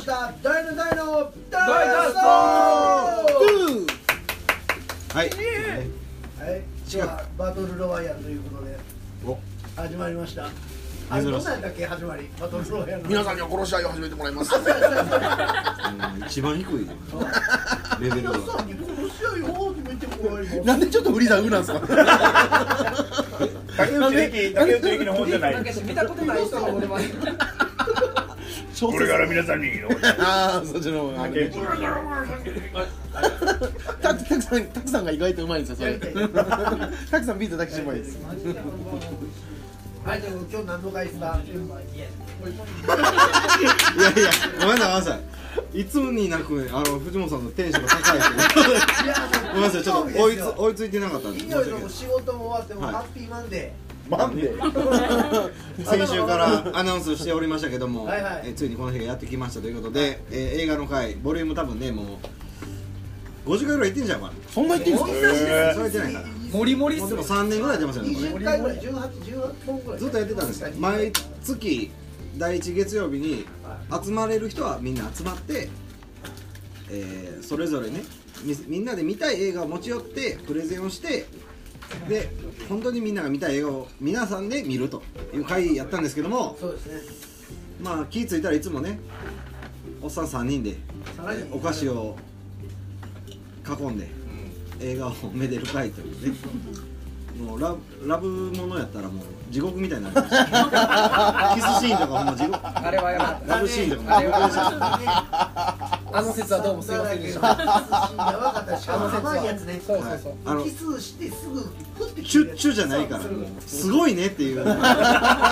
した大の大の大脱走はいはい、ではバトルロワイヤルということでお始まりましたあれ珍どんしいなんだっけ始まりバトルロワイヤルの皆さんには殺し合いを始めてもらいます。うん一番低いよレベル皆がさんにこの試合を始めてもらいますなん でちょっとフリーダウンなんですか。竹内力竹内力の方じゃない見たことない人がおりますこれから皆さんに ああ、そっちの方が。あれたくたくさん、たくさんが意外とうまいんですよ、それ。たくさんビートだけしうまいです。はい、でも今日何度かいしたいやいやごめんなさいいつもになくあの藤本さんのテンションが高いですねごめんなさいちょっと追いつ追いついてなかったんで金申曜し日訳のない仕事も終わってもはいハッピーマンデなんで。 先週からアナウンスしておりましたけども、はいはいえーついにこの日がやってきましたということで、えー映画の回ボリューム多分ねもう50回ぐらいいってんじゃんかそんな言っていいんーでおす久しぶりでそすれやってないからモリモリっもうすでも3年ぐらいやってますよねこ20れ回ぐらい18、18本ぐらいずっとやってたんですよ毎月第1月曜日に集まれる人はみんな集まって、えーそれぞれねみみんなで見たい映画を持ち寄ってプレゼンをしてで本当にみんなが見たい映画を皆さんで見るという会やったんですけどもそうですねまあ気付いたらいつもねおっさん3人でさらにお菓子を囲んで映画をめでる会というねもうラブラブものやったらもう地獄みたいになりましたキスシーンとかもう地獄あれはやばかっラブシーンとかたあも地獄でしれはやばかったあの説はどうもすいませんでしたやばかったしかも甘いやつねそうそうそうあのキスしてすぐプッてチュッチュじゃないからもうすごいねっていう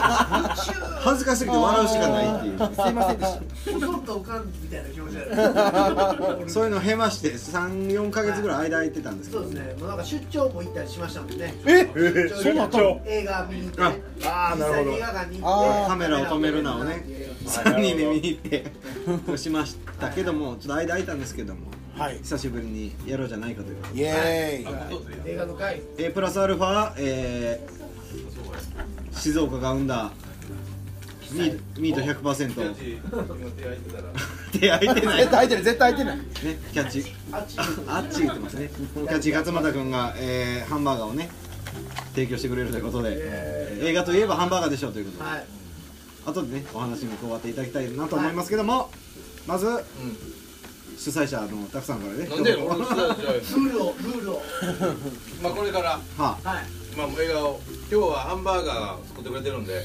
恥ずかしすぎて笑うしかないっていうすいませんでしたほとんどおかんみたいな気持ちだよねそういうのをへまして34か月ぐらい間空いてたんですけそどうですね、もうなんか出張も行ったりしましたもんね。え、そそううななっったたのの。映画見に行ってね。あーなるほ実ど際に映画館に行っあて。ーカメラを止めるなをね3人で見に行ってしましたけどもちょっと間空いたんですけどもはい。久しぶりにやろうじゃないかということでイエーイ。映画の回。えープラスアルファ、えー静岡が生んだミーミート100%手空いてない、絶ね、対入ってる、絶対入ってない。キャッチあっち。あっち言ってますねキャッチ勝俣君が、えーハンバーガーをね提供してくれるということで、え映画といえばハンバーガーでしょうということで、はい。後でねお話に加わっていただきたいなと思いますけども、まず、主催者のたくさんからねなんでやろ俺の世代はじゃないルールを、ルールを。まあこれから、あはい。まあ、映画を今日はハンバーガーを作ってくれてるんで、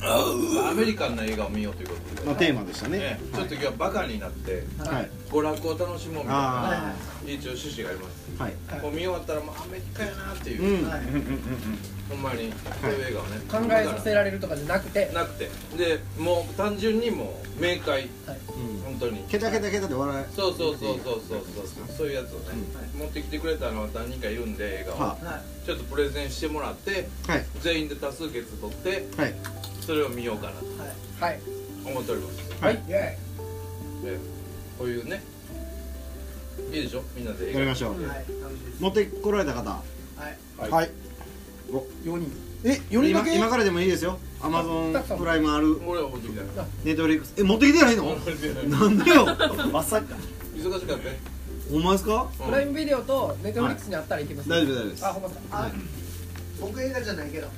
まあアメリカンな映画を見ようということで、まあ、テーマでしたねね、ちょっと今日はバカになってはい娯楽を楽しもうみたいなあ一応趣旨がありますあはいもう見終わったらもうアメリカやなっていうう、ん、はいほんまにそういう映画をね考えさせられるとかじゃなくてなくてでもう単純にもう明快うん本当にケタケタケタって笑いそうそうそうそうそうそうそういうやつをね、持ってきてくれたのは何人かいるんで映画を、ははい。ちょっとプレゼンしてもらってあはい全員で多数決取ってはいそれを見ようかなとはい思っておりますはいイエでこういうねいいでしょみんなでやりまししょうーイ。はい。楽しいです。持ってこられた方はい。はい。お四人。え、四人だ今け。今からでもいいですよアマゾンたくさんプライムある俺は持ってきたよネットフリックスえ持ってきてないのなんで よまさか。忙しかったねお前ですかプライムビデオとネットフリックスにあったら行きます大丈夫大丈夫ですあほんまっすかあ。僕映画じゃないけど、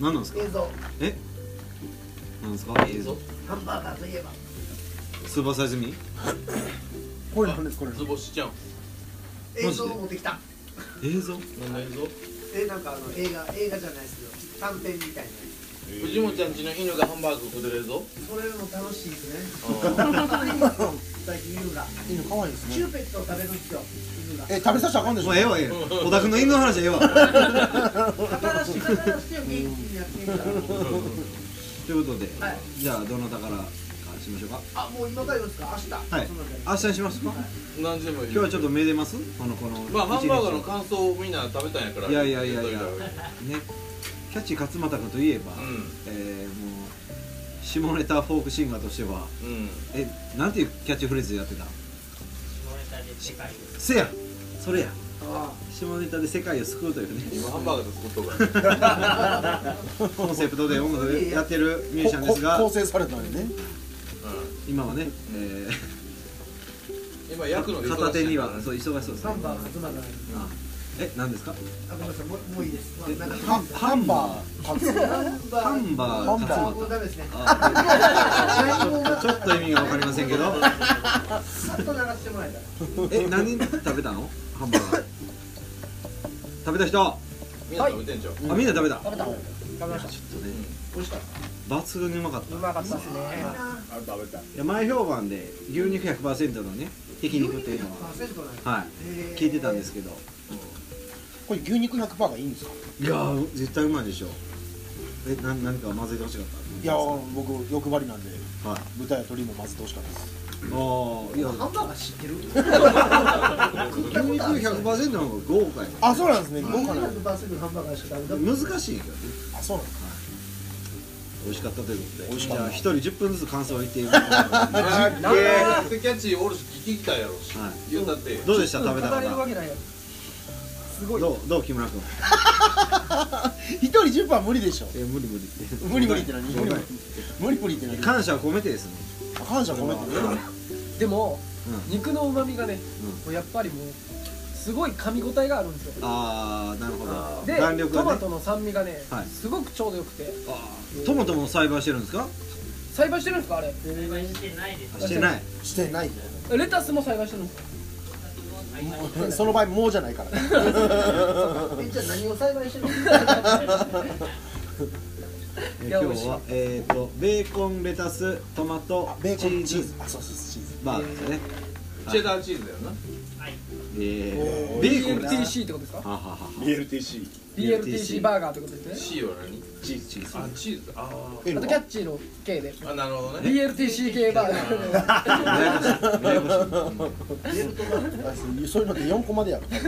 何なんですか映像。えなんですか映像ハンバーガーといえば。スーパーサイズミーこれなんです、これ。ズボシちゃん映像を持ってきた。映像何の映像え、なんかあの映画、映画じゃないですけど、短編みたいな。藤本ちゃんちの犬がハンバーグ食ってる映像それも楽しいですね。あ最近犬が。犬可愛いですチュね。ーペットを食べるんですよ。犬が。え、食べさせたら あかんでしもょうええわええわお宅の犬の話はええわ新しい、新しいよ、元気にやってみたら。ということではいじゃあどなたからしましょうかあ、もう今からですか、明日。はいそうなんで明日にしますかー何でもいい今日はちょっとめでますこのこのまあハンバーガーの一感想をみんな食べたんやからいやいやいやいや言っとた方が日ねキャッチ勝俣君といえばうんえーもう下ネタフォークシンガーとしてはうんえなんていうキャッチフレーズでやってたせやそれやすあ下ネタで世界を救うという ね今ハンバーガーで作っ とるからコンセプトで音楽やってるミュージシャンですがこ構成されたよね。今はね、え今焼くのー、で忙しい片手にはそう忙しそうですねハンバー集まらない。あえ何ですかあ、ごめんなさい、もうもういいです。まあ、なんかハンハンバーハンバー。ハンバー勝もう俣ダメですね。あ内容がちょっと意味が分かりませんけ どさっと流してもらえたら。え何食べたのハンバーガー食べた人あみんな食べてんじゃん、みんな食べた食べた食べましちょっとね美味しかった。抜群にうまかったたうまかったですねあ食べたいや前評判で牛肉100%のねひき肉っていうのは100%なんだはいへー聞いてたんですけどこれ牛肉100%がいいんですかいやー絶対うまいでしょえな何か混ぜてほしかっいや僕欲張りなんでたはい豚や鶏も混ぜてほしかったですああいやハンバーガー知ってる牛肉100%の方が豪華やあそうなんですね豪華な100%ハンバーガーしか食べたことない。難しいけどねあそうなんです美味しかったということで美味しかっじたゃあ一人10分ずつ感想を言っていいですかあっけーキャッチおるし聞きたいやろし、は言うたってどうでした食べた語れるわ方けないやすごいどうどう木村君一人10分は無理でしょえ無理無理無理無理って何ごめん無理無理って何感謝を込めてですね感謝込めてねでもう肉の旨味がねうんもうやっぱりもうすごい噛み応えがあるんですよああなるほどで、弾力トがマねトの酸味がね、はいすごくちょうどよくてあートマトも栽培してるんですか栽培してるんですかあれあしてないしてないねレタスも栽培してるんですかその場合もうじゃないからえ、じゃあ何を栽培してるのえい今や日美味しいはえっとベーコンレタストマトチベーコンーチーズズあそうそうそうチーズバーガーですねチェダーチーズだよなえーおーベーコンレタス BLTC ってことですかはははは BLTC BLTC BLTC バーガーってことですね C は何チーズチーズあチーズあーあとキャッチーの K であなるほどね BLTC 系バー ガーややこしいややこしいそういうのって4個までやろあ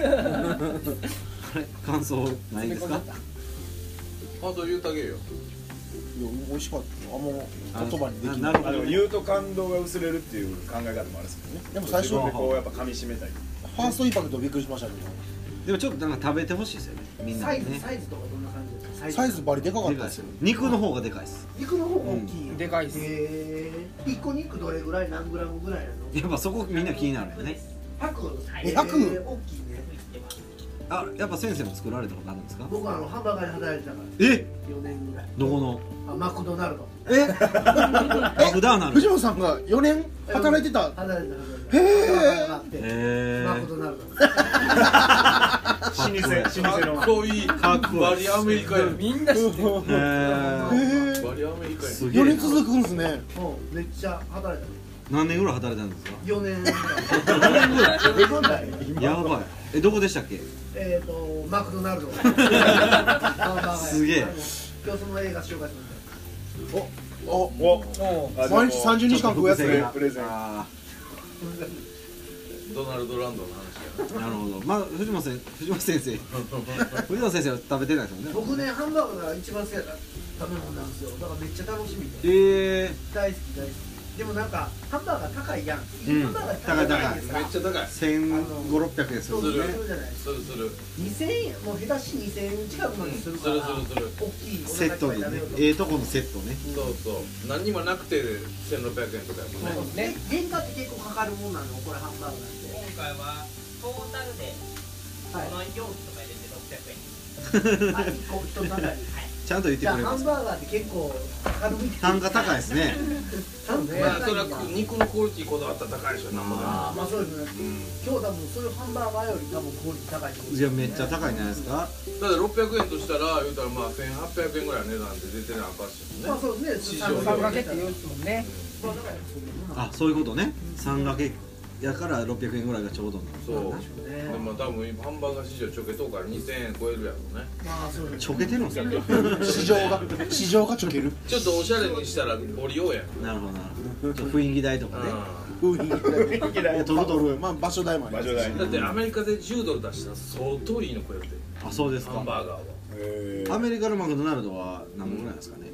れ感想ないんですか感想言うたげよいや美味しかったあんま言葉にできなななるいあほのど言うと感動が薄れるっていう考え方もあるんですけどねでも最初自分でフこうやっぱ噛み締めたりァーストインパクトびっくりしましたけどでもちょっとなんか食べてほしいですよねみんなサイにズ、ねサイズとかどんな感じですかサイズバリでかかっでたかいですですよ肉の方がでかいです肉の方が大きいよ。でかいっすへえ。一個肉どれぐらい何グラムぐらいなのやっぱそこみんな気になるよね100。えーえ100大きいね。あやっぱ先生も作られたことあるんですか僕はあのハンバーガーで働いてたからえ4年ぐらい。どこのあ、マクドナルド。えマクダーナル藤ド本さんが4年働いてた働いてた。えへえ。マクードナルド。老舗かっこいい老舗かっのこいいかっこいいバリアメリカやんみんな知ってるえーバリアメリカやんすげ4え年な続くんですねうんめっちゃ働いた。何年ぐらい働いたんですか4年ぐらい。4年ぐらい。やばいえどこでしたっけえー、とマクドナルドすげえ今日その映画紹介しまおおもあでも毎日30日間食うやつちょっとねプレゼンあドナルドランドの話やーなるほどまあ藤本先藤本先生 藤本先生は食べてないですすもんね僕ねハンバーガーが一番好きだった食べ物なんですよだからめっちゃ楽しみでええ大好き大好きでもなんかハンバーガー高いやん、んハンバーガー高いじゃないですなかめっちゃ高い1500600円すそるうねそうそうじゃないするする2000円もう下手し2000円近くまでするから、うんするするす大きいおセ腹いッっぱトいで食べねようとええとこのセットねそうそう何にもなくて1600円とかやもんねそうね原価って結構かかるもんなのこれハンバーガーって今回はトータルでこはいの容器とか入れて600円あ1個1つあた りちゃんと言ってじゃくあれハまンすバーガーって結構軽い単価高いですね単価まあ高そいれはんだ肉のクオリティこだわったら高いでしょなんぼでもあーまあそうですねうん今日多分そういうハンバーガーより多分クオリティ高いと思ういやめっちゃ高いんじゃないですかただ600円としたら言うたらまあ1800円ぐらいの値段で出てるの証しもまあねそうです市ね場うで三掛掛けけって言うっすもんねまあだからそういうもんなんあそういうことね三掛けやから600円ぐらいがちょうどなのそうでしょうねでも多分ハンバーガー市場ちょけとうから2000円超えるやろうねまあそうですちょけてるんですよなるほ市場が市場がちょけるちょっとおしゃれにしたらボリ用やんどなるほどちょっと雰囲気代とかねういや取る取るまあ場所代もあります場所代んだってアメリカで10ドル出したら相当いいの超えるであそうですハかンバーガーはえーアメリカのマクドナルドは何本ぐらいですかね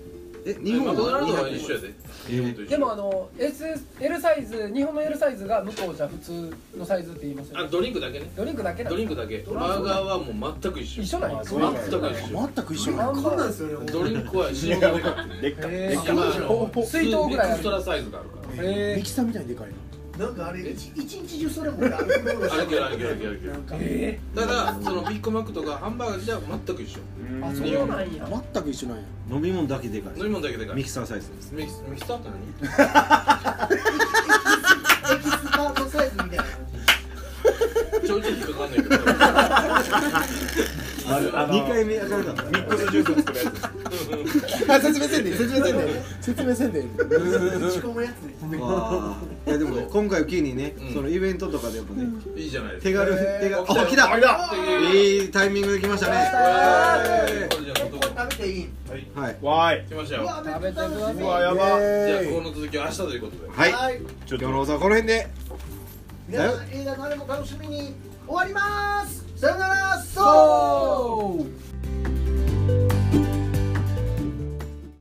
え日マ本クドナルドはは一緒やでえー日本と一緒でもあの S L サイズ日本の L サイズが向こうじゃ普通のサイズって言いますよあねドリンクだけねドリンクだけなドのリンクだけバーガーはもう全く一緒一緒なんやそうなんや全く一緒全く一緒なハんだンバこーんなんガですよねドリンクは一緒でっかえーでっか今の水筒ぐらいあエるクストラサイズがあるからえミキサーみたいにでかいななんかあれえ一一日中それも俺歩き回るし歩ける歩ける歩ける歩けるなんかえただそのビッグマックとかハンバーガー自体は全く一緒ー、あんそうなんや全く一緒なんや飲み物だけでかい飲み物だけでかミいミキサーサイズですキミキサーって何エキスパートサイズみたいな感じちょいちょい引っかかんないけどあれあの2回目あかんかったミックスジュース作るやつあ説明せんでいい説明せんでいい説明せんでいい打ち込むやつねあーいやでもね今回を機にね、うんそのイベントとかでもね、いいじゃないですか手軽、手軽あ来あた来たいいタイミングで来ましたねえーえこれじゃあこれ食べていいーはいわーい来ましたようじわゃめっちゃ楽しみ食べてくださいあやばあこの続きは明日ということではいはいちょ今っと日の放送はこの辺で皆さん映画のあれも楽しみに終わりますさよならそうおー